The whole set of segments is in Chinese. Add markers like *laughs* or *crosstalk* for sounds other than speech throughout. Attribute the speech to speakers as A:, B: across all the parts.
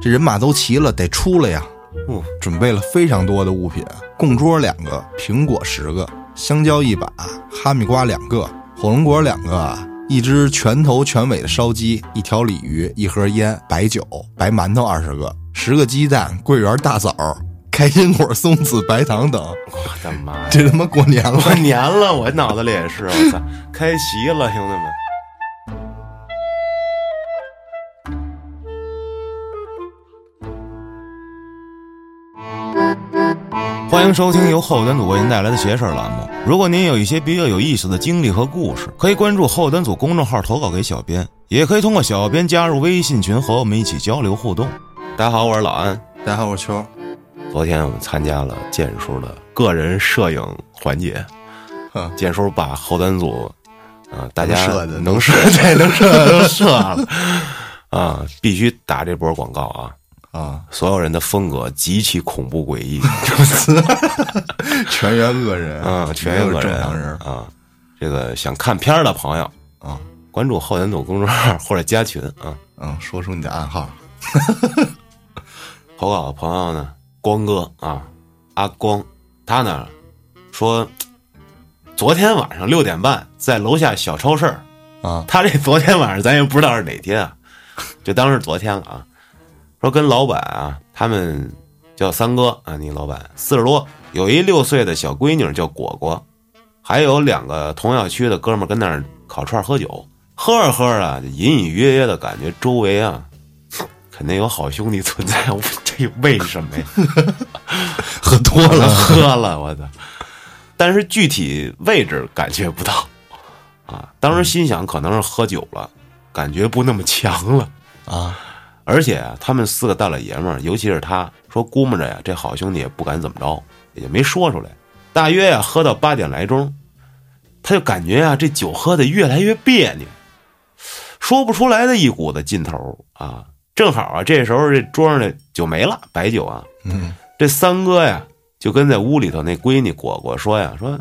A: 这人马都齐了，得出来呀。
B: 嗯，
A: 准备了非常多的物品，供桌两个，苹果十个，香蕉一把，哈密瓜两个，火龙果两个，啊一只全头全尾的烧鸡，一条鲤鱼，一盒烟，白酒，白馒头二十个，十个鸡蛋，桂圆大枣，开心果、松子、白糖等。
B: 我的妈 *laughs* 呀！
A: 这他妈过年了，
B: 过年了，我脑子里也是， *laughs* 我操，开席了，兄弟们。欢迎收听由后端组为您带来的“邪事儿”栏目。如果您有一些比较有意思的经历和故事，可以关注后端组公众号投稿给小编，也可以通过小编加入微信群和我们一起交流互动。大家好，我是老安。
A: 大家好，我是秋儿。
B: 昨天我们参加了建叔的个人摄影环节
A: 嗯，
B: 建叔把后端组啊、呃大家
A: 能射的
B: 能射对能射 *laughs* 的都射了啊，必须打这波广告啊！
A: 啊，
B: 所有人的风格极其恐怖诡
A: *laughs*
B: 异
A: 全员恶人
B: 啊，全有
A: 没
B: 个
A: 有
B: 人
A: 正常人
B: 啊。这个想看片儿的朋友，
A: 啊。
B: 关注后端组公众号或者加群啊。
A: 嗯，说出你的暗号。
B: 投稿的朋友呢，光哥啊，阿光，他呢说，昨天晚上六点半在楼下小超市儿，
A: 啊
B: 他这昨天晚上咱也不知道是哪天啊，就当是昨天了啊。说跟老板啊，他们叫三哥啊，你老板四十多，有一六岁的小闺女叫果果，还有两个同小区的哥们儿跟那儿烤串儿喝酒，喝着喝着啊，就隐隐约约的感觉周围啊，肯定有好兄弟存在。 *laughs* 我这为什么呀？
A: 喝多
B: 我都，喝了，我操！但是具体位置感觉不到啊。当时心想，可能是喝酒了，感觉不那么强了。
A: 啊，
B: 而且啊他们四个大老爷们儿，尤其是他，说估摸着呀，这好兄弟也不敢怎么着，也没说出来。大约呀，喝到八点来钟，他就感觉啊，这酒喝的越来越别扭，说不出来的一股子劲头啊。正好啊，这时候这桌上的酒没了，白酒啊，
A: 嗯
B: 这三哥呀，就跟在屋里头那闺女果果说呀，说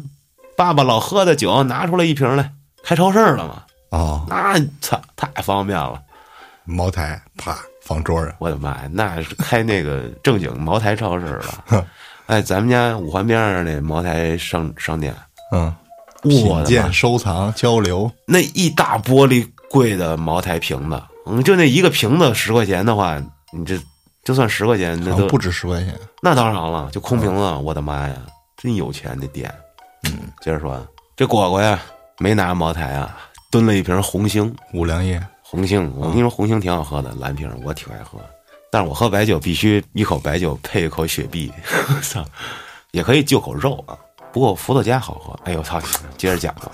B: 爸爸老喝的酒拿出来一瓶来，开超市了嘛， *laughs*
A: 哦，
B: 那操太方便了，
A: 茅台啪放桌上，
B: 我的妈呀，那是开那个正经茅台超市了。哎，咱们家五环边上那茅台商商店，
A: 嗯，
B: 我
A: 品
B: 的妈
A: 鉴、，收藏、交流，
B: 那一大玻璃柜的茅台瓶子，嗯，就那一个瓶子十块钱的话，你这就算十块钱，那
A: 好
B: 都
A: 像不止十块钱。
B: 那当然了，就空瓶子，我的妈呀，真有钱这店。嗯，接着说，这果果呀，没拿茅台啊，蹲了一瓶红星。
A: 五粮液
B: 红星，我跟你说，红星挺好喝的，蓝瓶我挺爱喝，但是我喝白酒必须一口白酒配一口雪碧， *laughs* 我操，也可以就口肉啊。不过伏特加好喝，哎呦我操，接着讲吧。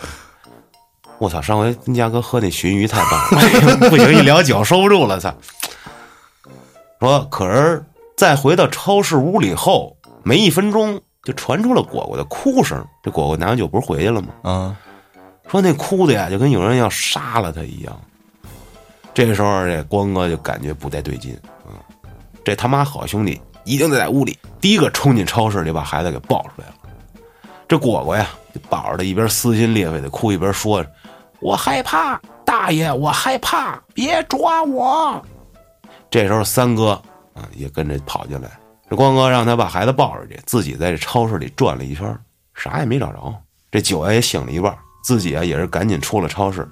B: 我操，上回跟嘉哥喝那鲟鱼太棒了，不 *laughs* 行，一聊酒收不住了，操。说，可是再回到超市屋里后，没一分钟就传出了果果的哭声。这果果拿完酒不是回去了吗？
A: 啊，
B: 说那哭的呀，就跟有人要杀了他一样。这时候，这光哥就感觉不太对劲啊、这他妈好兄弟一定得在屋里第一个冲进超市里把孩子给抱出来了。这果果呀，就抱着他一边撕心裂肺的哭，一边说着：“我害怕，大爷，我害怕，别抓我！”这时候，三哥啊也跟着跑进来。这光哥让他把孩子抱出去，自己在这超市里转了一圈，啥也没找着。这酒啊也醒了一半，自己啊也是赶紧出了超市，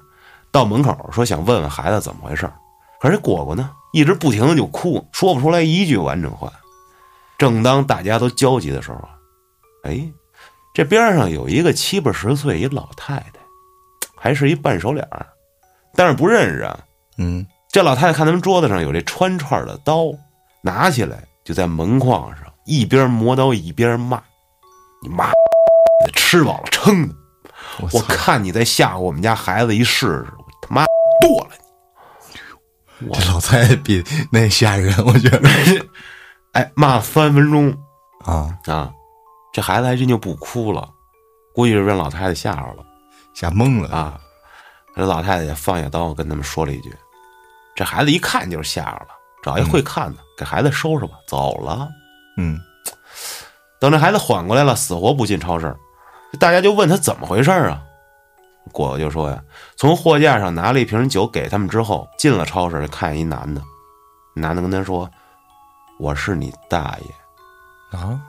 B: 到门口说想问问孩子怎么回事儿。可是这果果呢，一直不停的就哭，说不出来一句完整话。正当大家都焦急的时候啊，哎，这边上有一个七八十岁一老太太，还是一半熟脸儿，但是不认识啊。
A: 嗯，
B: 这老太太看他们桌子上有这穿串的刀，拿起来就在门框上一边磨刀一边骂：“你妈的，吃饱了撑的！
A: 我
B: 我
A: 操，
B: 看你再吓唬我们家孩子一试试，我他妈剁了你！”我
A: 这老太太比那吓人，我觉得
B: 哎，骂了三分钟
A: 啊，
B: 啊，这孩子还真就不哭了，估计是被老太太吓着了。
A: 吓懵了。
B: 啊。这老太太也放下刀，跟他们说了一句：“这孩子一看就是吓着了，找一会看的，给孩子收拾吧，走了。
A: 嗯，”
B: 等这孩子缓过来了，死活不进超市，大家就问他怎么回事儿啊。果果就说呀，从货架上拿了一瓶酒给他们之后，进了超市看一男的，男的跟他说：“我是你大爷，
A: 啊，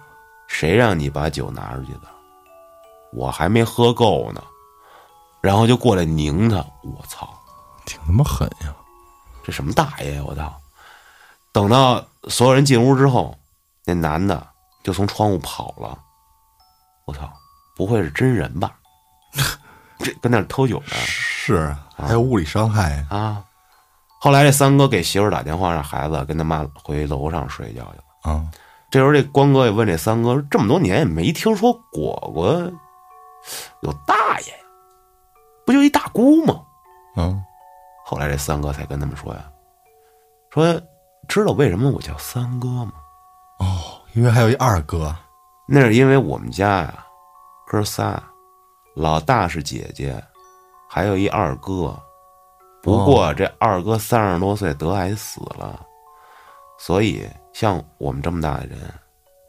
B: 谁让你把酒拿出去的？我还没喝够呢。”然后就过来拧他，我操！
A: 挺他妈狠呀！
B: 这什么大爷呀！我操！等到所有人进屋之后，那男的就从窗户跑了。我操！不会是真人吧？ *laughs* 这跟那儿偷酒呢
A: 是啊，还有物理伤害呀，
B: 啊！后来这三哥给媳妇儿打电话，让孩子跟他妈回楼上睡觉去了。
A: 啊，
B: 这时候这关哥也问这三哥，这么多年也没听说果果有大爷呀，不就一大姑吗？
A: 嗯，
B: 后来这三哥才跟他们说呀，说知道为什么我叫三哥吗？
A: 哦，因为还有一二哥，
B: 那是因为我们家呀，哥仨，老大是姐姐，还有一二哥。不过这二哥三十多岁得癌死了，所以像我们这么大的人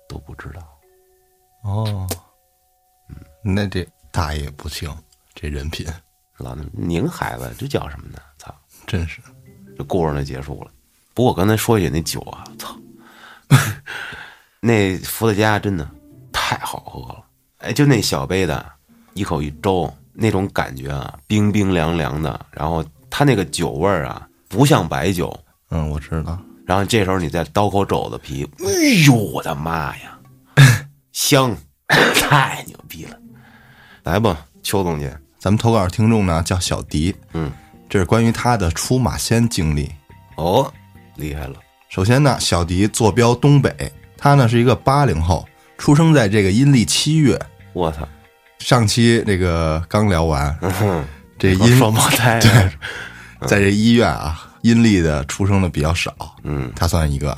B: 都不知道。
A: 哦，嗯那这大爷不行，这人品
B: 老宁孩子，这叫什么呢？操！
A: 真是，
B: 这故事呢结束了。不过我刚才说起那酒啊，操， *laughs* 那伏特加真的太好喝了。哎，就那小杯的，一口一粥，那种感觉啊，冰冰凉凉的。然后它那个酒味儿啊，不像白酒。
A: 嗯，我知道，
B: 然后这时候你再刀口肘子皮，哎呦我的妈呀，香，太牛逼了！来吧，邱总监，
A: 咱们投稿听众呢叫小迪，
B: 嗯，
A: 这是关于他的出马仙经历。
B: 哦，厉害了，
A: 首先呢，小迪坐标东北，他呢是一个八零后，出生在这个阴历七月。
B: 我操，嗯
A: 上期这个刚聊完，这阴
B: 双胞胎啊，
A: 对在这医院啊，阴历的出生的比较少，
B: 嗯，
A: 他算一个。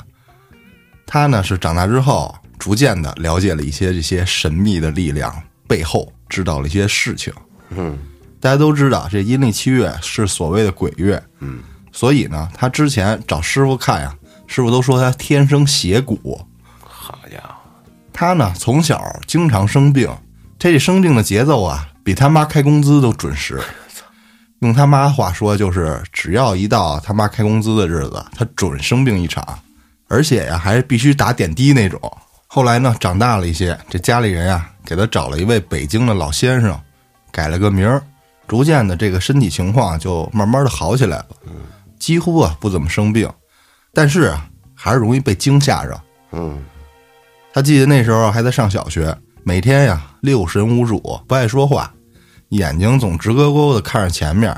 A: 他呢是长大之后，逐渐的了解了一些这些神秘的力量背后，知道了一些事情。
B: 嗯。
A: 大家都知道，这阴历七月是所谓的鬼月，
B: 嗯，
A: 所以呢，他之前找师傅看呀、师傅都说他天生邪骨，
B: 好家伙，
A: 他呢从小经常生病，这生病的节奏啊，比他妈开工资都准时。 *laughs* 用他妈话说，就是只要一到他妈开工资的日子，他准生病一场，而且呀、还必须打点滴那种。后来呢，长大了一些，这家里人呀、给他找了一位北京的老先生，改了个名儿，逐渐的这个身体情况就慢慢的好起来了，几乎啊不怎么生病，但是啊还是容易被惊吓着。
B: 嗯，
A: 他记得那时候还在上小学，每天呀六神无主，不爱说话，眼睛总直勾勾的看着前面。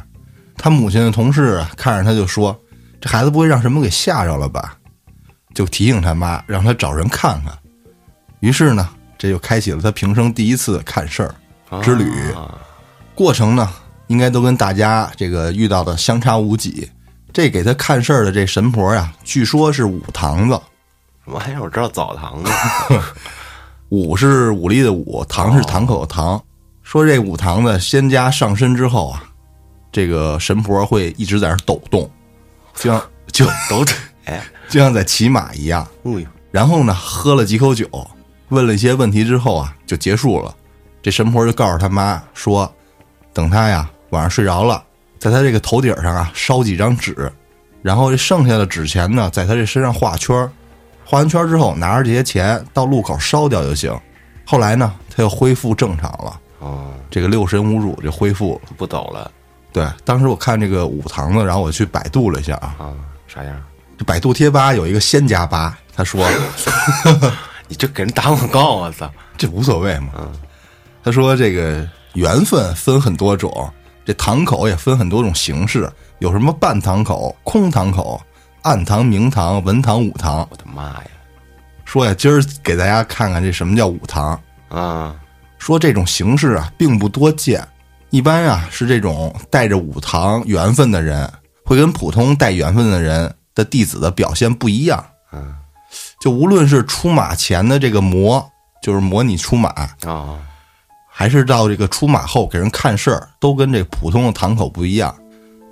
A: 他母亲的同事看着他就说：“这孩子不会让什么给吓着了吧？”就提醒他妈让他找人看看。于是呢，这就开启了他平生第一次看事儿之旅。
B: 啊
A: 过程呢，应该都跟大家这个遇到的相差无几。这给他看事儿的这神婆呀，据说是五堂子，
B: 什么玩意儿？我知道澡堂子，
A: 武是武力的武，堂是堂口的堂。说这五堂子仙家上身之后啊，这个神婆会一直在那儿抖动，就像就
B: 抖腿。 *laughs* 哎
A: 就像在骑马一样。
B: 呦，
A: 然后呢，喝了几口酒，问了一些问题之后啊，就结束了。这神婆就告诉他妈说，等他呀晚上睡着了，在他这个头顶上啊烧几张纸，然后这剩下的纸钱呢，在他这身上啊画圈儿，画完圈儿之后拿着这些钱到路口烧掉就行。后来呢，他又恢复正常了，
B: 哦，
A: 这个六神无主就恢复了。
B: 不抖了
A: 对，当时我看这个五堂子，然后我去百度了一下啊，
B: 啊？啥样？
A: 这百度贴吧有一个仙家吧，他说。
B: 你这给人打广告，我操！
A: 这无所谓嘛。他说这个缘分分很多种，这堂口也分很多种形式，有什么半堂口、空堂口、暗堂、明堂、文堂、武堂。
B: 我的妈呀！
A: 说呀，今儿给大家看看这什么叫武堂。
B: 啊，
A: 说这种形式啊，并不多见，一般啊是这种带着武堂缘分的人，会跟普通带缘分的人的弟子的表现不一样。
B: 嗯，
A: 就无论是出马前的这个模，就是模拟出马，
B: 哦，
A: 还是到这个出马后给人看事儿，都跟这普通的堂口不一样。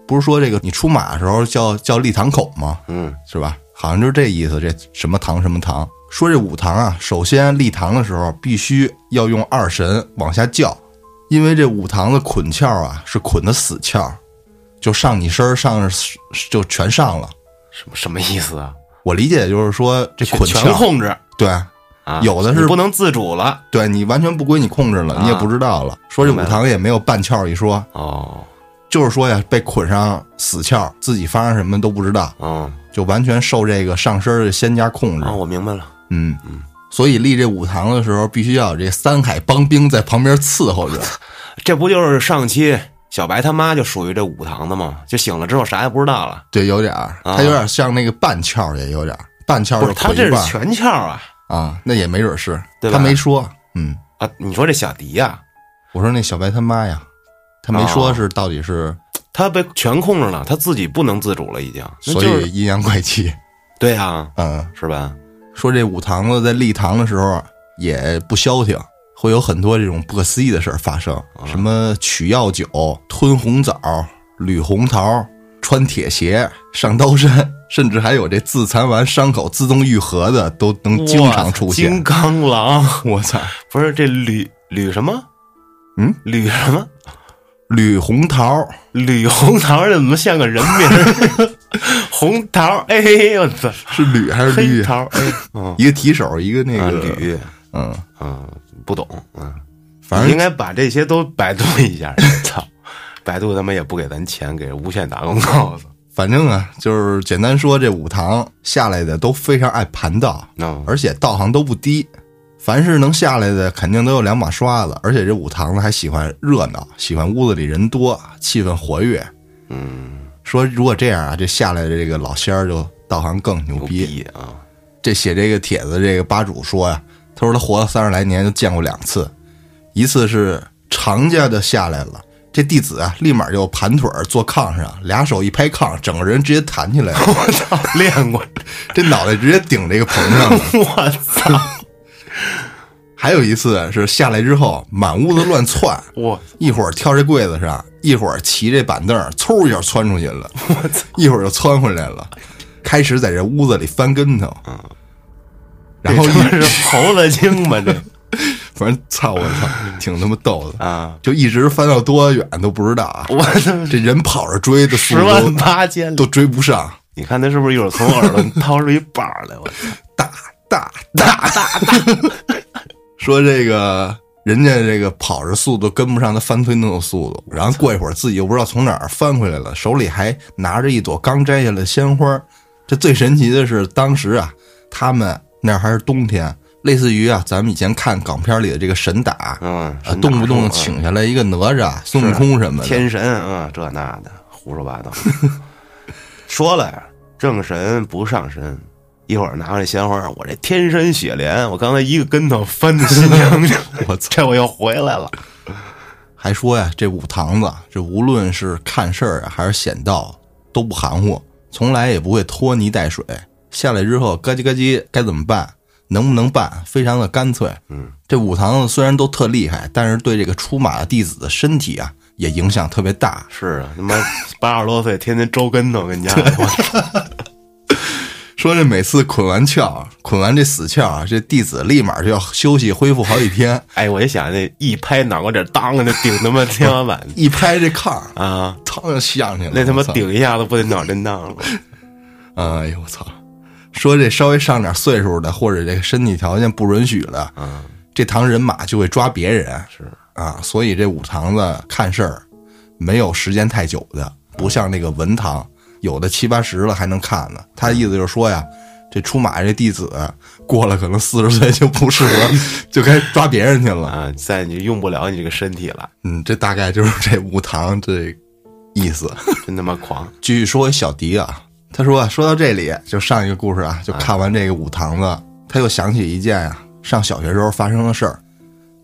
A: 不是说这个你出马的时候叫叫立堂口吗？
B: 嗯，
A: 是吧？好像就是这意思。这什么堂什么堂？说这五堂啊，首先立堂的时候必须要用二神往下叫，因为这五堂的捆窍啊是捆的死窍，就上你身儿上就全上了。
B: 什么什么意思啊？
A: 我理解就是说这捆
B: 全
A: 撬，
B: 控制
A: 对，
B: 啊，
A: 有的是
B: 你不能自主了
A: 对你完全不归你控制了，
B: 啊
A: 你也不知道了。说这
B: 明白
A: 五
B: 了
A: 堂也没有半窍一说，
B: 哦，
A: 就是说呀，被捆上死窍，自己发生什么都不知道，
B: 嗯，
A: 就完全受这个上身的仙家控制
B: 啊，。我明白了，
A: 嗯
B: 嗯，
A: 所以立这五堂的时候，必须要有这三海帮兵在旁边伺候着。
B: 这不就是上期小白他妈就属于这五堂的吗？就醒了之后啥也不知道了，
A: 对，有点儿，
B: 啊
A: 他有点像那个半窍，也有点儿半窍
B: 不是
A: 就
B: 他
A: 捆
B: 这
A: 一
B: 是
A: 半儿
B: 全窍啊
A: 啊，那也没准是，
B: 对吧
A: 他没说。嗯，
B: 啊！你说这小迪啊呀、
A: 我说那小白他妈呀，他
B: 哦
A: 没说是到底是，
B: 他被全控制了，他自己不能自主了，已经，那
A: 所
B: 就是
A: 以阴阳怪气。
B: 对啊，
A: 嗯，
B: 是吧？
A: 说这五堂子在立堂的时候啊也不消停，会有很多这种不可思议的事儿发生，
B: 啊
A: 什么取药酒、吞红枣、捋红桃、穿铁鞋、上刀山，甚至还有这自残完伤口自动愈合的都能经常出
B: 哇金
A: 现。
B: 刚狼 *laughs*
A: 我操，
B: 不是这吕吕什么？
A: 嗯，
B: 吕什么？
A: 捋红桃，
B: 吕红桃怎么像个人名儿？ *laughs* 红桃，哎，我操，
A: 是捋还是
B: 黑
A: 绿？
B: 桃，哎，嗯，
A: 一个提手，一个那
B: 啊
A: 个、
B: 吕，
A: 嗯，
B: 嗯，不懂，嗯，
A: 反
B: 你
A: 正
B: 应该把这些都百度一下。 *laughs* 操，百度他妈也不给咱钱，给无限打广告。
A: 反正啊，就是简单说，这五堂下来的都非常爱盘道，
B: 嗯，
A: 而且道行都不低。凡是能下来的，肯定都有两把刷子。而且这五堂子还喜欢热闹，喜欢屋子里人多，气氛活跃。
B: 嗯，
A: 说如果这样啊，这下来的这个老仙儿就道行更牛
B: 牛
A: 逼。
B: 逼啊！
A: 这写这个帖子这个吧主说呀、他说他活了三十来年，就见过两次，一次是常家的下来了。这弟子啊，立马就盘腿儿坐炕上，俩手一拍炕，整个人直接弹起来了，
B: *laughs* 我操，练过， *laughs*
A: 这脑袋直接顶这个棚上了。
B: 我
A: *laughs*
B: 操，
A: 还有一次是下来之后满屋子乱
B: *laughs*
A: 窜，
B: 我
A: 一会儿跳这柜子上，一会儿骑这板凳儿，嗖一下窜出去
B: *laughs*
A: 了，一会儿又窜回来了，开始在这屋子里翻跟头，然后一
B: 这嗯他妈是猴子精吧？这
A: 反正操我操，挺他妈逗的，
B: 啊，
A: 就一直翻到多远都不知道
B: *laughs*
A: 啊，
B: 我他妈
A: 这人跑着追的速
B: 十
A: 度
B: 万
A: 都
B: 八千里
A: 都。追不上，
B: 你看他是不是一会儿从耳朵掏出一把来？我操！
A: 大大大大
B: *laughs*
A: 大，说这个人家这个跑着速度跟不上他翻推那种速度，然后过一会儿自己又不知道从哪儿翻回来了，手里还拿着一朵刚摘下来的鲜花。这最神奇的是，当时啊，他们那儿还是冬天，类似于啊，咱们以前看港片里的这个神打，
B: 嗯
A: 啊，动不动请下来一个哪吒、孙悟空什么的，
B: 天神啊、嗯这那的胡说八道。 *laughs* 说了呀，正神不上身。一会儿拿出来鲜花，我这天神雪莲，我刚才一个跟头翻到新疆去，
A: *laughs* 我操！
B: 这我又回
A: *laughs*
B: 来了。
A: 还说呀，这五堂子这无论是看事儿啊，还是显道，都不含糊，从来也不会拖泥带水。下来之后，咯叽咯叽，该怎么办？能不能办？非常的干脆。
B: 嗯，
A: 这五堂子虽然都特厉害，但是对这个出马的弟子的身体啊，也影响特别大。
B: 是啊，他妈八十多岁，天天周跟头跟家里，我操
A: 说这每次捆完窍，捆完这死窍啊，这弟子立马就要休息恢复好几天。
B: 哎，我一想那一拍脑瓜顶，当就顶他妈天
A: *laughs*
B: 花板
A: 一拍这炕，
B: 啊！
A: 嘡就响起来了。
B: 那他妈
A: 我操
B: 顶一下子不得脑震荡了？
A: 哎呦我操！说这稍微上点岁数的，或者这个身体条件不允许的，
B: 啊，
A: 这堂人马就会抓别人
B: 是
A: 啊。所以这五堂子看事儿没有时间太久的，不像那个文堂，有的七八十了还能看呢。他意思就是说呀，这出马这弟子过了可能四十岁就不适合，就该抓别人去了。
B: 啊，在你用不了你这个身体了，
A: 嗯，这大概就是这五堂这意思。
B: 真他妈狂！
A: 继续说小迪啊，他说啊说到这里，就上一个故事啊，就看完这个五堂子，他又想起一件啊，上小学时候发生的事儿。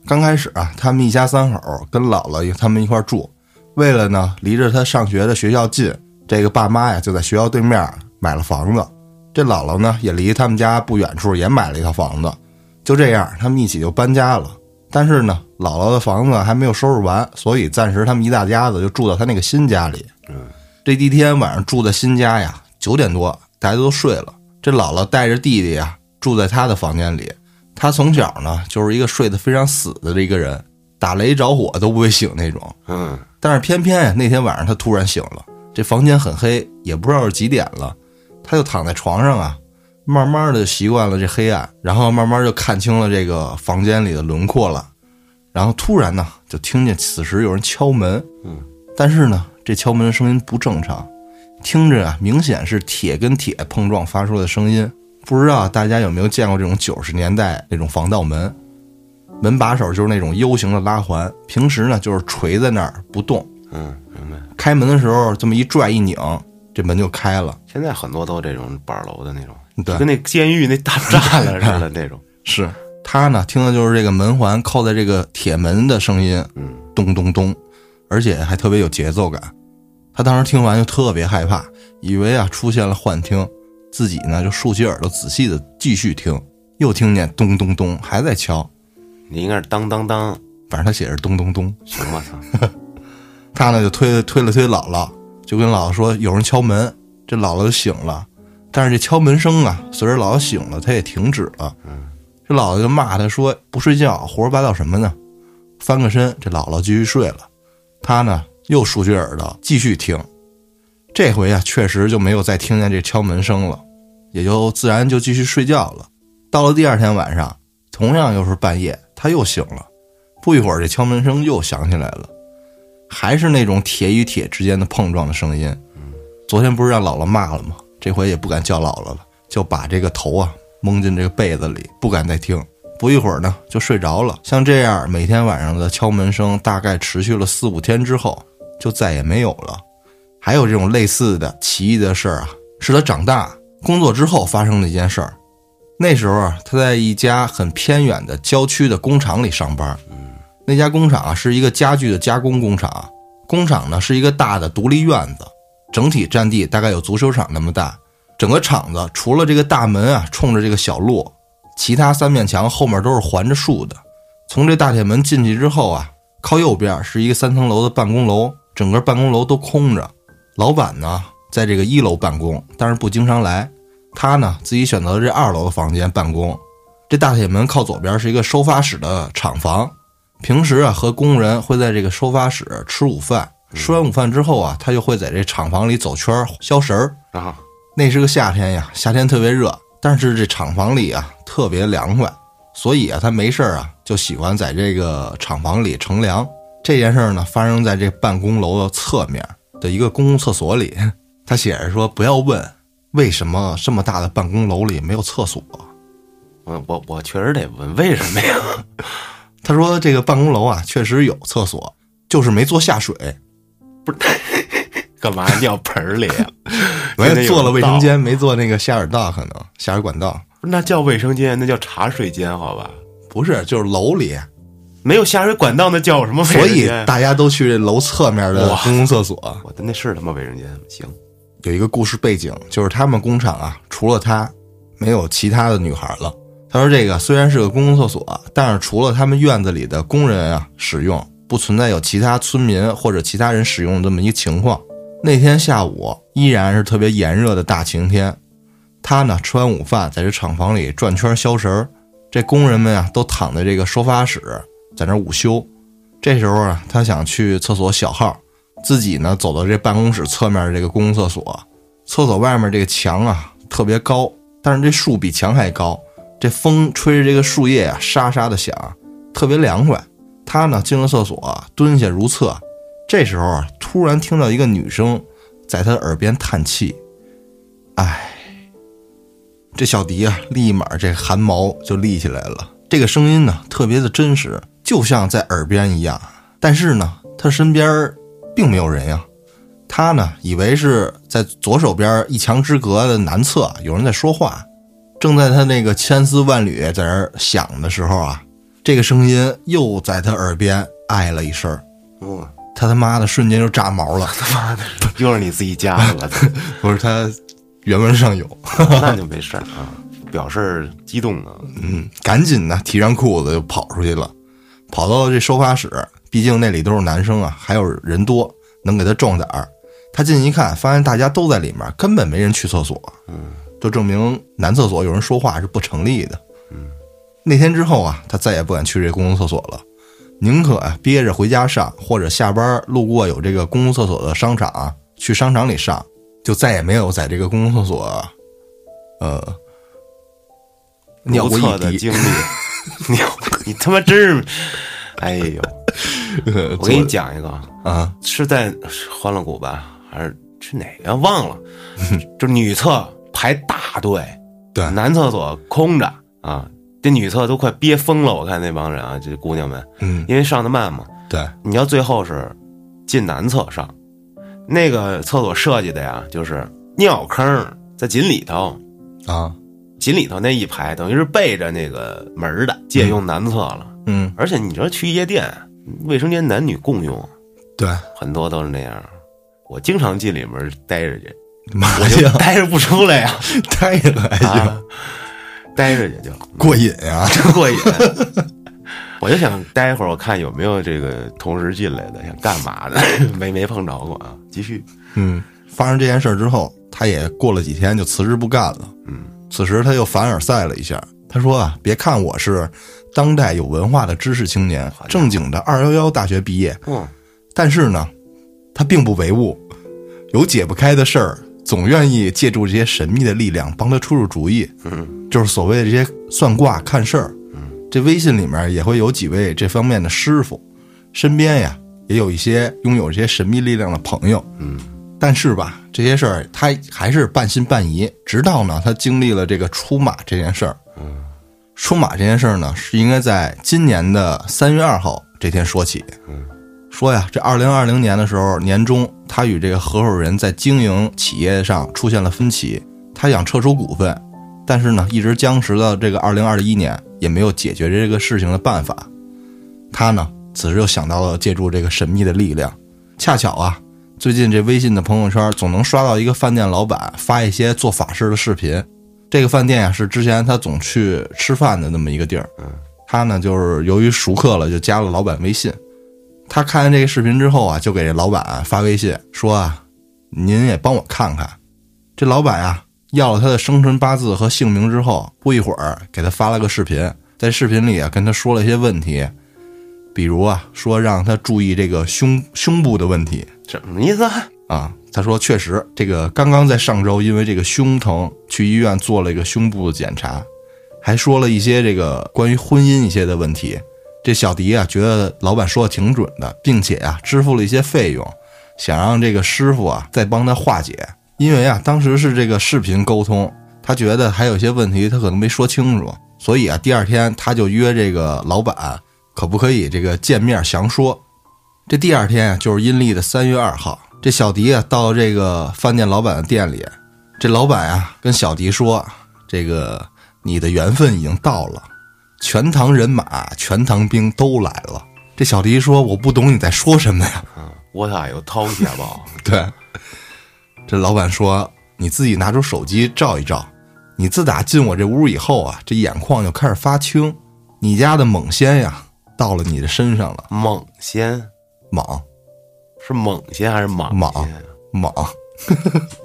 A: 刚开始啊，他们一家三口跟姥姥他们一块儿住，为了呢离着他上学的学校近，这个爸妈呀就在学校对面买了房子。这姥姥呢也离他们家不远处也买了一套房子，就这样他们一起就搬家了。但是呢，姥姥的房子还没有收拾完，所以暂时他们一大家子就住到他那个新家里。这第一天晚上住在新家呀，九点多大家都睡了。这姥姥带着弟弟呀住在他的房间里。他从小呢就是一个睡得非常死的这一个人，打雷着火都不会醒那种。
B: 嗯，
A: 但是偏偏呀那天晚上他突然醒了，这房间很黑，也不知道是几点了，他就躺在床上啊，慢慢的习惯了这黑暗，然后慢慢就看清了这个房间里的轮廓了。然后突然呢，就听见此时有人敲门，
B: 嗯，
A: 但是呢，这敲门的声音不正常，听着啊，明显是铁跟铁碰撞发出的声音。不知道大家有没有见过这种九十年代那种防盗门，门把手就是那种 U 型的拉环，平时呢就是垂在那儿不动，
B: 嗯，明白。
A: 开门的时候这么一拽一拧，这门就开了。
B: 现在很多都这种板楼的那种，
A: 对
B: 就跟那监狱那大栅栏似的那种。
A: 是他呢，听的就是这个门环扣在这个铁门的声音，
B: 嗯，
A: 咚咚咚，而且还特别有节奏感。他当时听完就特别害怕，以为啊出现了幻听，自己呢就竖起耳朵仔细的继续听，又听见咚咚咚还在敲，
B: 你应该是当当当，
A: 反正他写着咚咚咚。
B: 行吧？操， *laughs*
A: 他呢就推了推了推姥姥，就跟姥姥说有人敲门，这姥姥就醒了。但是这敲门声啊，随着姥姥醒了，他也停止了。这姥姥就骂他说：“不睡觉，胡说八道什么呢？”翻个身，这姥姥继续睡了。他呢又竖起耳朵继续听，这回啊确实就没有再听见这敲门声了，也就自然就继续睡觉了。到了第二天晚上，同样又是半夜，他又醒了。不一会儿，这敲门声又响起来了。还是那种铁与铁之间的碰撞的声音。昨天不是让姥姥骂了吗？这回也不敢叫姥姥了，就把这个头啊蒙进这个被子里，不敢再听。不一会儿呢，就睡着了。像这样每天晚上的敲门声，大概持续了四五天之后，就再也没有了。还有这种类似的奇异的事儿啊，是他长大工作之后发生的一件事儿。那时候啊，他在一家很偏远的郊区的工厂里上班。那家工厂啊是一个家具的加工工厂，工厂呢是一个大的独立院子，整体占地大概有足球场那么大。整个厂子除了这个大门啊冲着这个小路，其他三面墙后面都是环着树的。从这大铁门进去之后啊，靠右边是一个三层楼的办公楼，整个办公楼都空着。老板呢在这个一楼办公，但是不经常来。他呢自己选择了这二楼的房间办公。这大铁门靠左边是一个收发室的厂房，平时啊，和工人会在这个收发室吃午饭，吃完午饭之后啊，他就会在这厂房里走圈儿消食儿。
B: 然后
A: 那是个夏天呀，夏天特别热，但是这厂房里啊特别凉快，所以啊，他没事儿啊就喜欢在这个厂房里乘凉。这件事儿呢，发生在这办公楼的侧面的一个公共厕所里。他写着说：“不要问为什么这么大的办公楼里没有厕所。”
B: 我我我确实得问为什么呀？ *laughs*
A: 他说：“这个办公楼啊，确实有厕所，就是没做下水。”
B: 干嘛尿盆儿里啊？ *laughs*
A: 没
B: 现
A: 有
B: 在有
A: 做了卫生
B: 道，
A: 间，没做那个下水道，可能下水管道
B: 那叫卫生间，那叫茶水间，好吧？
A: 不是，就是楼里，
B: 没有下水管道，那叫什么卫
A: 所
B: 生
A: 以
B: 间？
A: 大家都去这楼侧面的
B: 哇
A: 公共厕所。
B: 我的那是他妈卫生间，行，
A: 有一个故事背景，就是他们工厂啊，除了他，没有其他的女孩了。他说这个虽然是个公共厕所，但是除了他们院子里的工人啊使用，不存在有其他村民或者其他人使用的这么一情况。那天下午依然是特别炎热的大晴天，他呢吃完午饭，在这厂房里转圈消食儿。这工人们啊都躺在这个收发室，在那儿午休。这时候啊，他想去厕所小号，自己呢走到这办公室侧面的这个公共厕所。厕所外面这个墙啊特别高，但是这树比墙还高，这风吹着这个树叶啊沙沙的响，特别凉快。他呢进了厕所、啊蹲下如厕。这时候啊，突然听到一个女生在他耳边叹气：“唉。”这小迪啊，立马这汗毛就立起来了。这个声音呢，特别的真实，就像在耳边一样。啊但是呢，他身边儿并没有人呀、他呢，以为是在左手边一墙之隔的南侧有人在说话，正在他那个千丝万缕在那儿想的时候啊，这个声音又在他耳边哎了一声儿，
B: 嗯，
A: 他他妈的瞬间就炸毛了。 *laughs*
B: 又是你自己家的了，
A: 不是他原文上有，
B: 那就没事儿啊，表示激动啊，
A: 嗯，赶紧呢提上裤子就跑出去了，跑到这收发室，毕竟那里都是男生啊，还有人多，能给他壮胆儿。他进去一看，发现大家都在里面，根本没人去厕所，嗯，就证明男厕所有人说话是不成立的。嗯，那天之后啊，他再也不敢去这公共厕所了，宁可啊憋着回家上，或者下班路过有这个公共厕所的商场啊，去商场里上，就再也没有在这个公共厕所，呃，尿
B: 如
A: 过一
B: 厕的
A: 滴， *laughs*
B: 经历，你你他妈真是，
A: *laughs*
B: 哎呦！我给你讲一个啊，
A: 啊，
B: 是在欢乐谷吧，还是去哪个
A: *laughs*
B: 忘了？就女厕排大队，
A: 对
B: 男厕所空着啊，这女厕都快憋疯了。我看那帮人啊，这姑娘们，
A: 嗯，
B: 因为上的慢嘛，
A: 对，
B: 你要最后是进男厕上，那个厕所设计的呀，就是尿坑在井里头，
A: 啊，
B: 井里头那一排等于是背着那个门儿的，借用男厕了。
A: 嗯，
B: 而且你知道去夜店，卫生间男女共用，
A: 对，
B: 很多都是那样。我经常进里面待着去，
A: 麻
B: 我就
A: 将
B: 待着不出来 *laughs* 呀、
A: 待着还
B: 啊，
A: 行，
B: 待着也就
A: 过瘾啊呀，
B: 真过瘾。我就想待一会儿，我看有没有这个同时进来的，想干嘛 *laughs* 的，没没碰着过啊。继续，
A: 嗯，发生这件事儿之后，他也过了几天就辞职不干了。
B: 嗯，
A: 此时他又凡尔赛了一下，他说啊，别看我是当代有文化的知识青年，正经的二幺幺大学毕业，
B: 嗯，
A: 但是呢，他并不唯物，有解不开的事儿，总愿意借助这些神秘的力量帮他出出主意。
B: 嗯，
A: 就是所谓的这些算卦看事儿。
B: 嗯，
A: 这微信里面也会有几位这方面的师傅，身边呀也有一些拥有这些神秘力量的朋友。
B: 嗯，
A: 但是吧，这些事儿他还是半信半疑，直到呢他经历了这个出马这件事儿。嗯，出马这件事儿呢是应该在今年的三月二号这天说起。说呀，这二零二零年的时候，年中他与这个合伙人在经营企业上出现了分歧，他想撤出股份，但是呢，一直僵持到这个二零二一年，也没有解决这个事情的办法。他呢，此时又想到了借助这个神秘的力量，恰巧啊，最近这微信的朋友圈总能刷到一个饭店老板发一些做法事的视频。这个饭店呀、是之前他总去吃饭的那么一个地儿，他呢就是由于熟客了，就加了老板微信。他看完这个视频之后啊，就给这老板啊发微信说啊，您也帮我看看。这老板啊要了他的生辰八字和姓名之后，不一会儿给他发了个视频，在视频里啊跟他说了一些问题，比如啊说让他注意这个胸胸部的问题
B: 什么意思啊？
A: 啊。他说确实，这个刚刚在上周因为这个胸疼去医院做了一个胸部的检查，还说了一些这个关于婚姻一些的问题。这小迪啊，觉得老板说的挺准的，并且啊，支付了一些费用，想让这个师傅啊再帮他化解。因为啊，当时是这个视频沟通，他觉得还有一些问题他可能没说清楚，所以啊，第二天他就约这个老板，可不可以这个见面详说？这第二天啊，就是阴历的三月二号，这小迪啊到这个饭店老板的店里，这老板啊跟小迪说，这个你的缘分已经到了。全堂人马、全堂兵都来了。这小迪说：“我不懂你在说什么呀
B: 我操，有掏血吧？？”
A: 对，这老板说：“你自己拿出手机照一照。你自打进我这屋以后啊，这眼眶就开始发青，你家的猛仙呀到了你的身上了，
B: 猛仙
A: 猛
B: 是猛仙还是莽
A: 莽
B: 仙啊？
A: 猛。”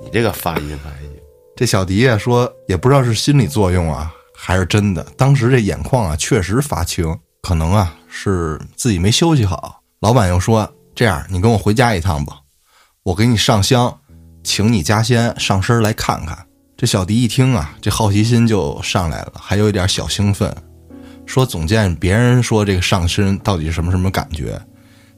B: 你这个发音还行。
A: 这小迪啊说，也不知道是心理作用啊，还是真的。当时这眼眶啊确实发青，可能啊是自己没休息好。老板又说：“这样，你跟我回家一趟吧，我给你上香，请你家仙上身来看看。”这小迪一听啊，这好奇心就上来了，还有一点小兴奋，说总见别人说这个上身到底是什么什么感觉，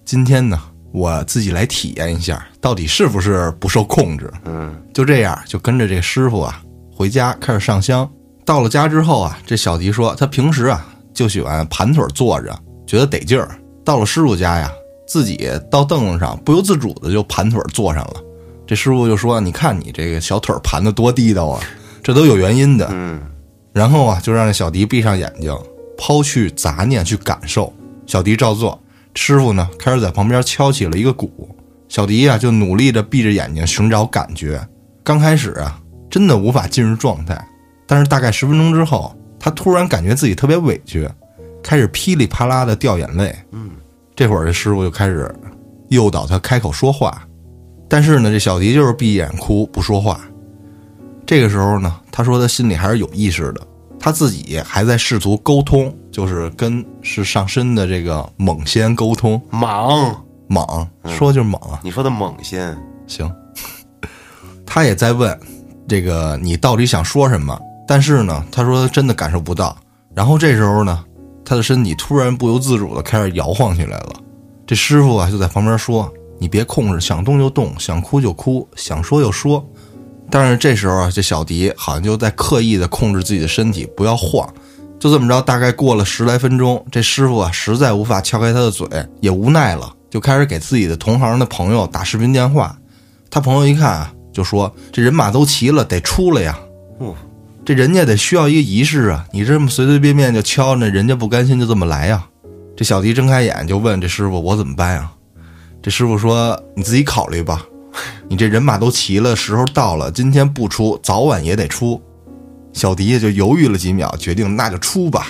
A: 今天呢我自己来体验一下，到底是不是不受控制。
B: 嗯，
A: 就这样，就跟着这个师傅啊回家开始上香。到了家之后啊，这小迪说他平时啊就喜欢盘腿坐着，觉得得劲儿。到了师傅家呀，自己到凳子上不由自主的就盘腿坐上了。这师傅就说：“你看你这个小腿儿盘的多地道啊，这都有原因的。”
B: 嗯，
A: 然后啊，就让这小迪闭上眼睛，抛去杂念去感受。小迪照做，师傅呢开始在旁边敲起了一个鼓。小迪啊，就努力的闭着眼睛寻找感觉。刚开始啊，真的无法进入状态，但是大概十分钟之后，他突然感觉自己特别委屈，开始噼里啪啦的掉眼泪。嗯，这会儿这师傅就开始诱导他开口说话，但是呢，这小迪就是闭眼哭不说话。这个时候呢，他说他心里还是有意识的，他自己还在试图沟通，就是跟是上身的这个猛仙沟通，
B: 莽，
A: 猛说就是猛啊，
B: 你说的猛仙，
A: *laughs* 行。他也在问这个你到底想说什么？但是呢，他说他真的感受不到。然后这时候呢，他的身体突然不由自主的开始摇晃起来了。这师傅啊就在旁边说：“你别控制，想动就动，想哭就哭，想说就说。”但是这时候啊，这小迪好像就在刻意的控制自己的身体不要晃。就这么着，大概过了十来分钟，这师傅啊实在无法撬开他的嘴，也无奈了，就开始给自己的同行的朋友打视频电话。他朋友一看啊，就说：“这人马都齐了，得出来呀。”
B: 嗯，
A: 这人家得需要一个仪式啊，你这么随随便便就敲那人家不甘心就这么来呀、这小迪睁开眼就问这师傅：“我怎么办呀、这师傅说：“你自己考虑吧，你这人马都齐了，时候到了，今天不出，早晚也得出。”小迪也就犹豫了几秒，决定那就出吧。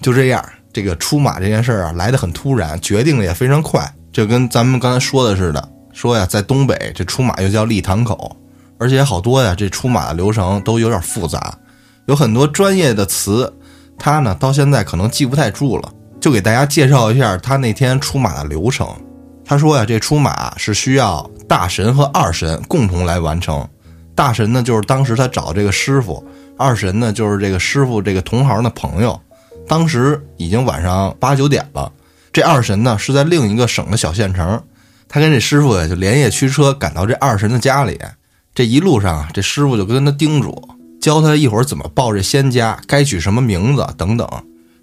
A: 就这样，这个出马这件事儿啊，来得很突然，决定的也非常快。这跟咱们刚才说的似的，说呀，在东北这出马又叫立堂口，而且好多呀，这出马的流程都有点复杂，有很多专业的词，他呢到现在可能记不太住了。就给大家介绍一下他那天出马的流程。他说呀，这出马是需要大神和二神共同来完成。大神呢，就是当时他找这个师傅；二神呢，就是这个师傅这个同行的朋友。当时已经晚上八九点了，这二神呢是在另一个省的小县城，他跟这师傅呀就连夜驱车赶到这二神的家里。这一路上啊，这师傅就跟他叮嘱，教他一会儿怎么报这仙家，该取什么名字等等。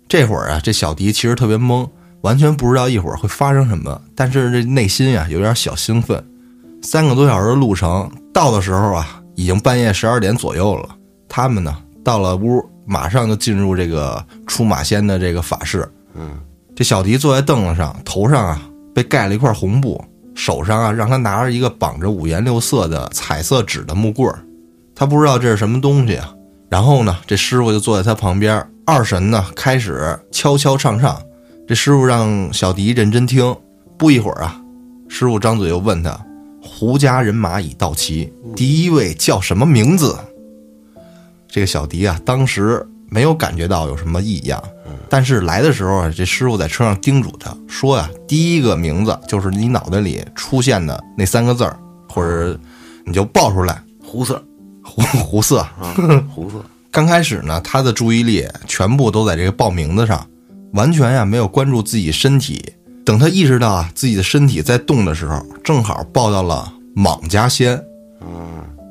A: 这会儿啊，这小迪其实特别懵，完全不知道一会儿会发生什么，但是这内心呀、有点小兴奋。三个多小时的路程，到的时候啊，已经半夜十二点左右了。他们呢，到了屋，马上就进入这个出马仙的这个法事。
B: 嗯，
A: 这小迪坐在凳子上，头上啊被盖了一块红布，手上啊让他拿着一个绑着五颜六色的彩色纸的木棍儿，他不知道这是什么东西啊。然后呢，这师傅就坐在他旁边，二神呢开始敲敲唱唱。这师傅让小迪认真听，不一会儿啊，师傅张嘴又问他：“胡家人马已到齐，第一位叫什么名字？”这个小迪啊，当时没有感觉到有什么异样，但是来的时候啊，这师傅在车上叮嘱他说啊，第一个名字就是你脑袋里出现的那三个字儿，或者你就报出来，
B: 胡色
A: 胡胡色。
B: 啊，
A: 嗯
B: 胡色，
A: 刚开始呢，他的注意力全部都在这个报名字上，完全呀、没有关注自己身体。等他意识到啊自己的身体在动的时候，正好报到了莽家仙。
B: 嗯，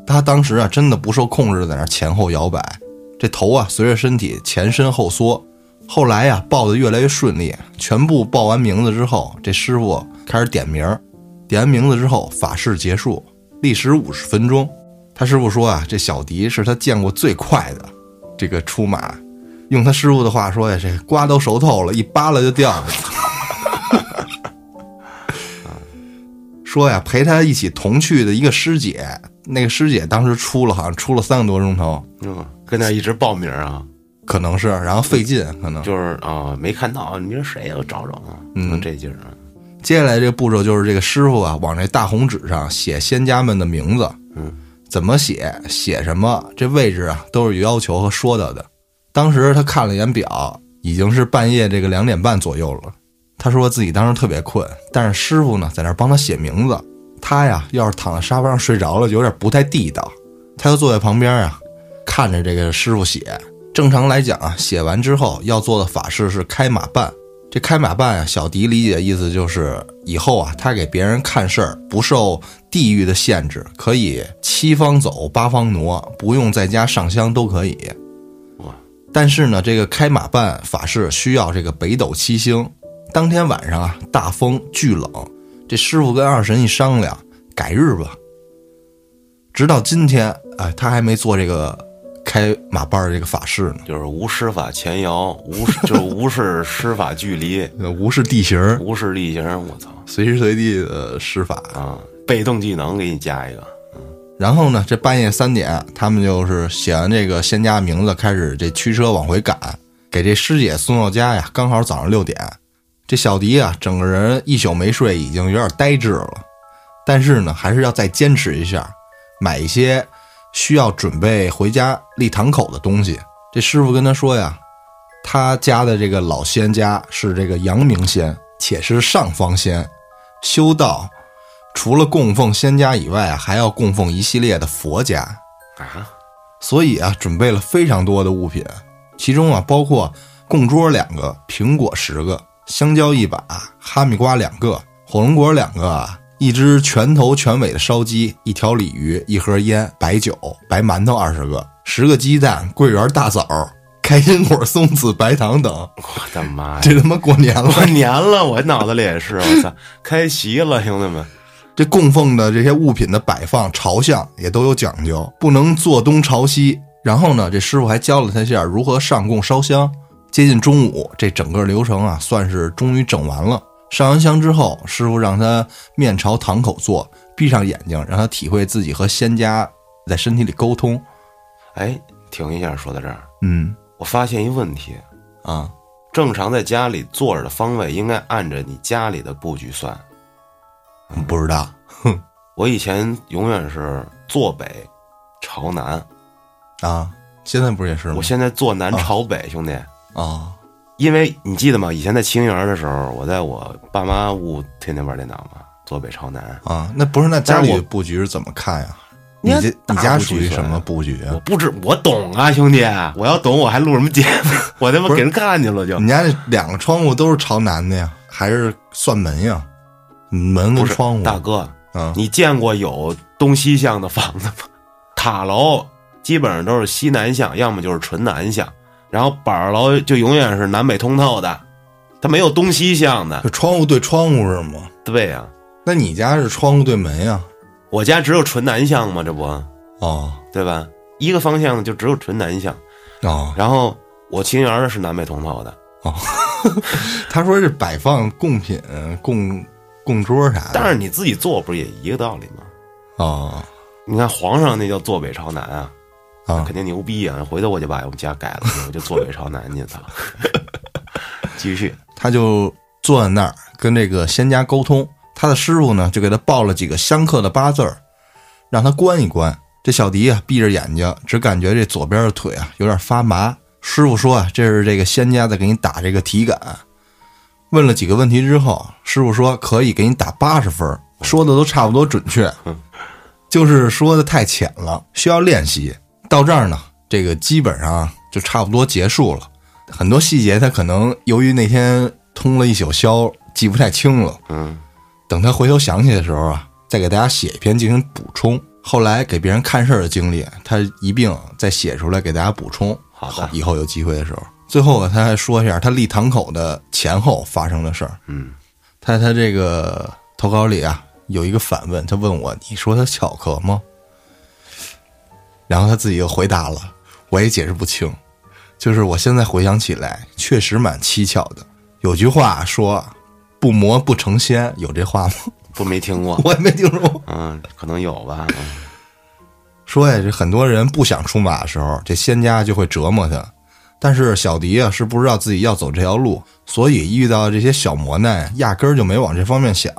A: 他当时啊，真的不受控制地在那儿前后摇摆，这头啊随着身体前伸后缩。后来呀、报的越来越顺利，全部报完名字之后，这师傅开始点名儿，点完名字之后，法事结束，历时五十分钟。他师傅说啊，这小迪是他见过最快的这个出马，用他师傅的话说呀，这瓜都熟透了，一扒拉就掉了。 *laughs* 说呀，陪他一起同去的一个师姐，那个师姐当时出了，好像出了三个多钟头，
B: 嗯，跟那一直报名啊，
A: 可能是，然后费劲，可能。
B: 就是啊，没看到，你说谁呀？我找找啊，
A: 嗯
B: 这劲儿啊，
A: 接下来这个步骤就是这个师傅啊，往这大红纸上写仙家们的名字，
B: 嗯，
A: 怎么写，写什么，这位置啊都是有要求和说到的。当时他看了一眼表，已经是半夜这个两点半左右了。他说自己当时特别困，但是师傅呢在那儿帮他写名字，他呀要是躺在沙发上睡着了，有点不太地道。他就坐在旁边啊，看着这个师傅写。正常来讲啊，写完之后要做的法事是开马办。这开马办啊，小迪理解意思就是以后啊，他给别人看事儿不受地域的限制，可以七方走八方挪，不用在家上香都可以
B: 哇。
A: 但是呢，这个开马办法事需要这个北斗七星。当天晚上啊，大风巨冷，这师傅跟二神一商量，改日吧。直到今天，哎，他还没做这个开马办儿这个法事呢，
B: 就是无施法前摇，无视 *laughs* 就是无视施法距离，
A: 呃无视地形儿，
B: 无视力行，我操
A: 随时随地的施法。
B: 啊！被动技能给你加一个，
A: 然后呢，这半夜三点，他们就是写完这个仙家名字，开始这驱车往回赶，给这师姐送到家呀，刚好早上六点。这小迪啊，整个人一宿没睡，已经有点呆滞了。但是呢，还是要再坚持一下，买一些需要准备回家立堂口的东西。这师傅跟他说呀，他家的这个老仙家是这个阳明仙，且是上方仙，修道除了供奉仙家以外，还要供奉一系列的佛家。
B: 啊，
A: 所以啊，准备了非常多的物品，其中啊包括供桌两个、苹果十个、香蕉一把、哈密瓜两个、火龙果两个啊、一只全头全尾的烧鸡、一条鲤鱼、一盒烟、白酒、白馒头二十个、十个鸡蛋、桂圆大枣、开心果、松子、白糖等。 *laughs*
B: 我的妈呀！
A: 这他妈过年了！
B: 过年了，我脑子里也是，我操，开席了，兄弟们，
A: 这供奉的这些物品的摆放朝向也都有讲究，不能坐东朝西。然后呢，这师傅还教了他一下如何上供烧香。接近中午，这整个流程啊，算是终于整完了。上完香之后，师傅让他面朝堂口坐，闭上眼睛，让他体会自己和仙家在身体里沟通。
B: 哎，停一下，说到这儿，
A: 嗯
B: 我发现一问题，
A: 啊，
B: 正常在家里坐着的方位应该按着你家里的布局算。
A: 啊不知道
B: 我以前永远是坐北朝南，
A: 啊，现在不是也是吗
B: 我？现在坐南朝北，兄弟。
A: 啊，
B: 因为你记得吗？以前在秦园的时候，我在我爸妈屋天天玩电脑嘛，坐北朝南。
A: 啊，那不是那家
B: 但是我
A: 里布局是啊怎么看呀、
B: 你
A: 你
B: 看
A: 这你
B: 大
A: 家
B: 布
A: 属
B: 局
A: 于
B: 算
A: 什么布局啊
B: 我？不知我懂啊，兄弟，我要懂我还录什么节
A: *laughs*
B: 目？我他
A: 嗯
B: 妈
A: 不是
B: 给人干去了就。
A: 你家这两个窗户都是朝南的呀，还是算门呀？门跟
B: 不是
A: 窗户，
B: 大哥，
A: 嗯
B: 你见过有东西向的房子吗？ *laughs* 塔楼基本上都是西南向，要么就是纯南向，然后板儿楼就永远是南北通透的，它没有东西
A: *laughs*
B: 向的。
A: 就窗户对窗户是吗？
B: 对呀、
A: 那你家是窗户对门呀？
B: 我家只有纯南向嘛，这不
A: 哦
B: 对吧？一个方向就只有纯南向，
A: 哦，
B: 然后我秦园儿是南北通透的，
A: 他说是摆放贡品、供供桌啥的。
B: 但是你自己做不是也一个道理吗？
A: 哦
B: 你看皇上那叫坐北朝南啊，
A: 啊
B: 肯，定牛逼啊！回头我就把我们家改了，我就坐北朝南去操。继续，
A: 他就坐在那儿跟这个仙家沟通，他的师傅呢就给他报了几个相克的八字儿，让他观一观。这小迪啊，闭着眼睛，只感觉这左边的腿啊有点发麻。师傅说啊，这是这个仙家在给你打这个体感。问了几个问题之后，师傅说可以给你打八十分儿，说的都差不多准确，就是说的太浅了，需要练习。到这儿呢，这个基本上啊就差不多结束了。很多细节他可能由于那天通了一宿宵，记不太清了。
B: 嗯，
A: 等他回头想起的时候啊，再给大家写一篇进行补充。后来给别人看事儿的经历，他一并再写出来给大家补充。
B: 好的
A: 以后有机会的时候。最后啊他还说一下他立堂口的前后发生的事儿。
B: 嗯，
A: 他他这个投稿里啊有一个反问，他问我：“你说他巧合吗？”然后他自己又回答了，我也解释不清。就是我现在回想起来，确实蛮蹊跷的。有句话说“不磨不成仙”，有这话吗？，
B: 不没听过
A: 我也没听说过。
B: 嗯，可能有吧。嗯
A: 说呀，这很多人不想出马的时候，这仙家就会折磨他。但是小迪啊是不知道自己要走这条路，所以遇到这些小磨难，压根儿就没往这方面想。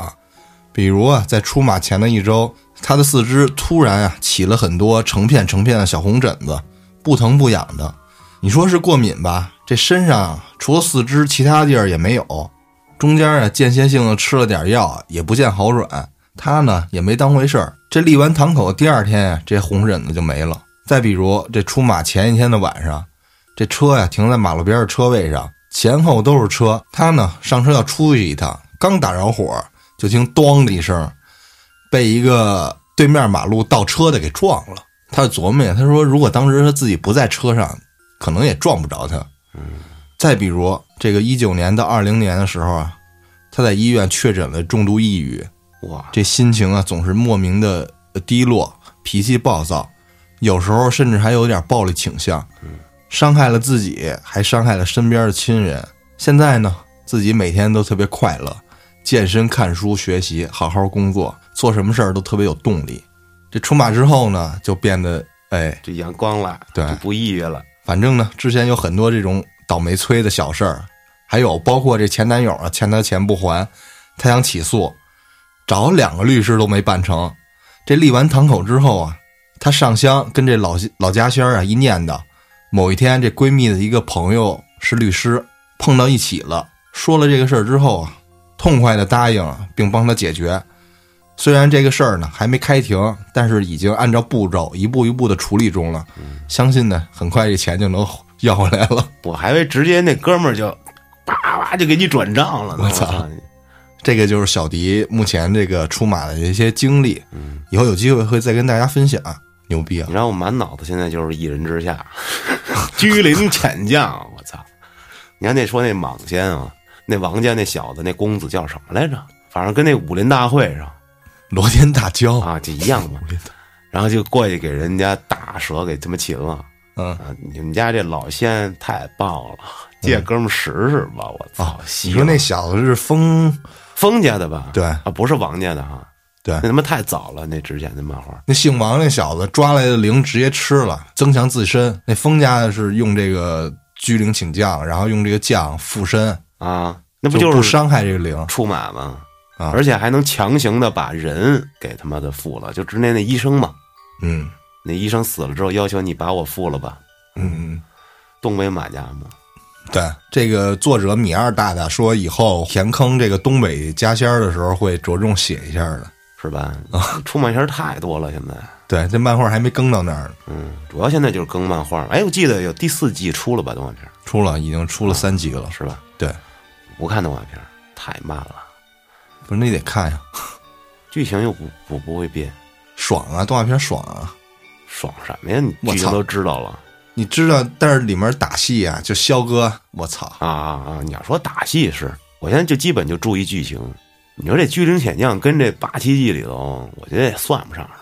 A: 比如啊，在出马前的一周，他的四肢突然啊起了很多成片成片的小红疹子，不疼不痒的。你说是过敏吧？这身上啊除了四肢，其他地儿也没有。中间啊间歇性的吃了点药，也不见好转。他呢也没当回事儿。这立完堂口第二天呀、这红疹子就没了。再比如这出马前一天的晚上，这车呀、停在马路边的车位上，前后都是车。他呢上车要出去一趟，刚打着火，就听“咣”的一声，被一个对面马路倒车的给撞了。他就琢磨呀，他说如果当时他自己不在车上，可能也撞不着他。再比如这个一九年到二零年的时候啊，他在医院确诊了重度抑郁，
B: 哇，
A: 这心情啊总是莫名的低落，脾气暴躁，有时候甚至还有点暴力倾向，伤害了自己，还伤害了身边的亲人。现在呢，自己每天都特别快乐，健身、看书、学习，好好工作，做什么事儿都特别有动力。这出马之后呢，就变得哎，
B: 这阳光了，
A: 对
B: 就不抑郁了。
A: 反正呢，之前有很多这种倒霉催的小事儿，还有包括这前男友啊欠他钱不还，他想起诉，找两个律师都没办成。这立完堂口之后啊，她上香跟这老老家仙儿啊一念叨，某一天这闺蜜的一个朋友是律师，碰到一起了，说了这个事儿之后啊，痛快的答应了并帮他解决。虽然这个事儿呢还没开庭，但是已经按照步骤一步一步的处理中了。相信呢，很快这钱就能要回来了。 *laughs*
B: 我还以为直接那哥们儿就叭叭就给你转账了呢。
A: 我操
B: 操！
A: 这个就是小迪目前这个出马的一些经历，以后有机会会再跟大家分享，牛逼啊
B: 你！让我满脑子现在就是一人之
A: *laughs*
B: 下，居临浅将。我操！你看那说那莽仙啊，那王家那小子那公子叫什么来着？反正跟那武林大会上
A: 罗天大鲛，
B: 啊就一样嘛。然后就过去给人家大蛇给他妈擒了
A: 嗯，
B: 啊！你们家这老仙太棒了，借哥们儿使使吧！我操
A: 哦，
B: 稀
A: 你
B: 了
A: 说那小子是封
B: 封家的吧？
A: 对
B: 啊，不是王家的哈。
A: 对
B: 那他妈太早了，那之前的漫画。
A: 那姓王那小子抓来的灵直接吃了，增强自身。那封家的是用这个居灵请将，然后用这个将附身，
B: 啊，那不
A: 就
B: 就是
A: 伤害这个灵？
B: 出马吗？
A: 啊
B: 而且还能强行的把人给他妈的付了，就之前那医生嘛，
A: 嗯
B: 那医生死了之后要求你把我付了吧，
A: 嗯嗯，
B: 东北马家嘛，
A: 对。这个作者米二大大说，以后填坑这个东北家仙儿的时候会着重写一下的。
B: 是吧？
A: 啊
B: 出马仙太多了，现在，
A: 对，这漫画还没更到那儿呢，
B: 嗯，主要现在就是更漫画。哎，我记得有第四季出了吧，动画片儿
A: 出了已经出了三集了。
B: 是吧？
A: 对，
B: 不看动画片儿太慢了，
A: 不是那得看呀，
B: 剧情又不不不会变，
A: 爽啊，动画片爽啊。
B: 爽什么呀？你
A: 我
B: 剧情
A: 操
B: 都知道了
A: 你知道，但是里面打戏啊，就肖哥，我操，
B: 啊啊啊！你要说打戏是，我现在就基本就注意剧情。你说这《居灵遣将》跟这八七季里头，我觉得也算不上什么。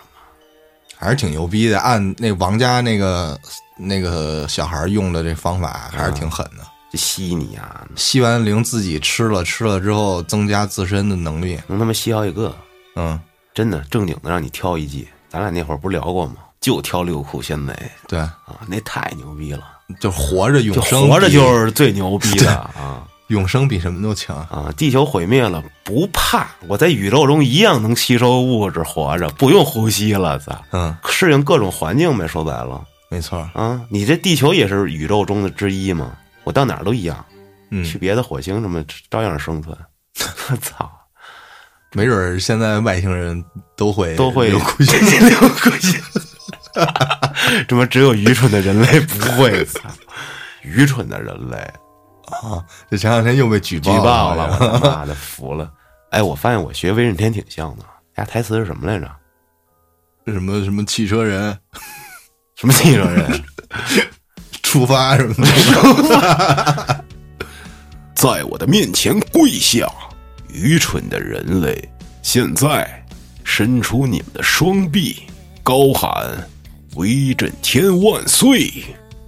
A: 还是挺牛逼的。按那王家那个那个小孩用的这方法，还是挺狠的。
B: 这吸你啊，
A: 吸完灵自己吃了，吃了之后增加自身的能力。
B: 能他妈吸好几个，
A: 嗯，
B: 真的正经的让你挑一季。咱俩那会儿不是聊过吗？就挑六库仙梅
A: 对，
B: 啊，那太牛逼了，
A: 就活着
B: 就
A: 永生比，
B: 活着就是最牛逼的啊
A: 永生比什么都强。
B: 啊！地球毁灭了不怕，我在宇宙中一样能吸收物质活着，不用呼吸了，咋？
A: 嗯，
B: 适应各种环境呗，说白了
A: 没错。
B: 啊，你这地球也是宇宙中的之一嘛，我到哪儿都一样，
A: 嗯，
B: 去别的火星什么照样生存。 *laughs* 我操！
A: 没准儿现在外星人都会
B: 都会
A: 流口水
B: 流口 *laughs* 血。怎么只有愚蠢的人类不 *laughs* 会？操愚蠢的人类
A: 啊！这前两天又被举
B: 举
A: 报
B: 报了， *laughs*
A: 了，
B: 我他妈的服了！哎，我发现我学威震天挺像的，家台词是什么来着？
A: *laughs* 什么什么汽车人
B: 什么啊地球人？
A: 出发什么的，
B: 在我的面前跪下，愚蠢的人类！现在伸出你们的双臂，高喊“威震天万岁”！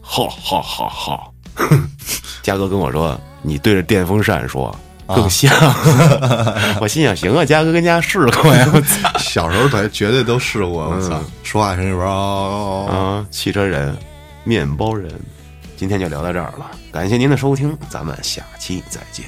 B: 哈哈哈哈！ *laughs* 嘉哥跟我说，你对着电风扇说更像。我心想，行啊，嘉哥跟家试过呀，我操！
A: 小时候绝绝对都试过。我
B: 嗯
A: 操，说话声里边儿嗷嗷嗷嗷
B: 啊，汽车人，面包人，今天就聊到这儿了，感谢您的收听，咱们下期再见。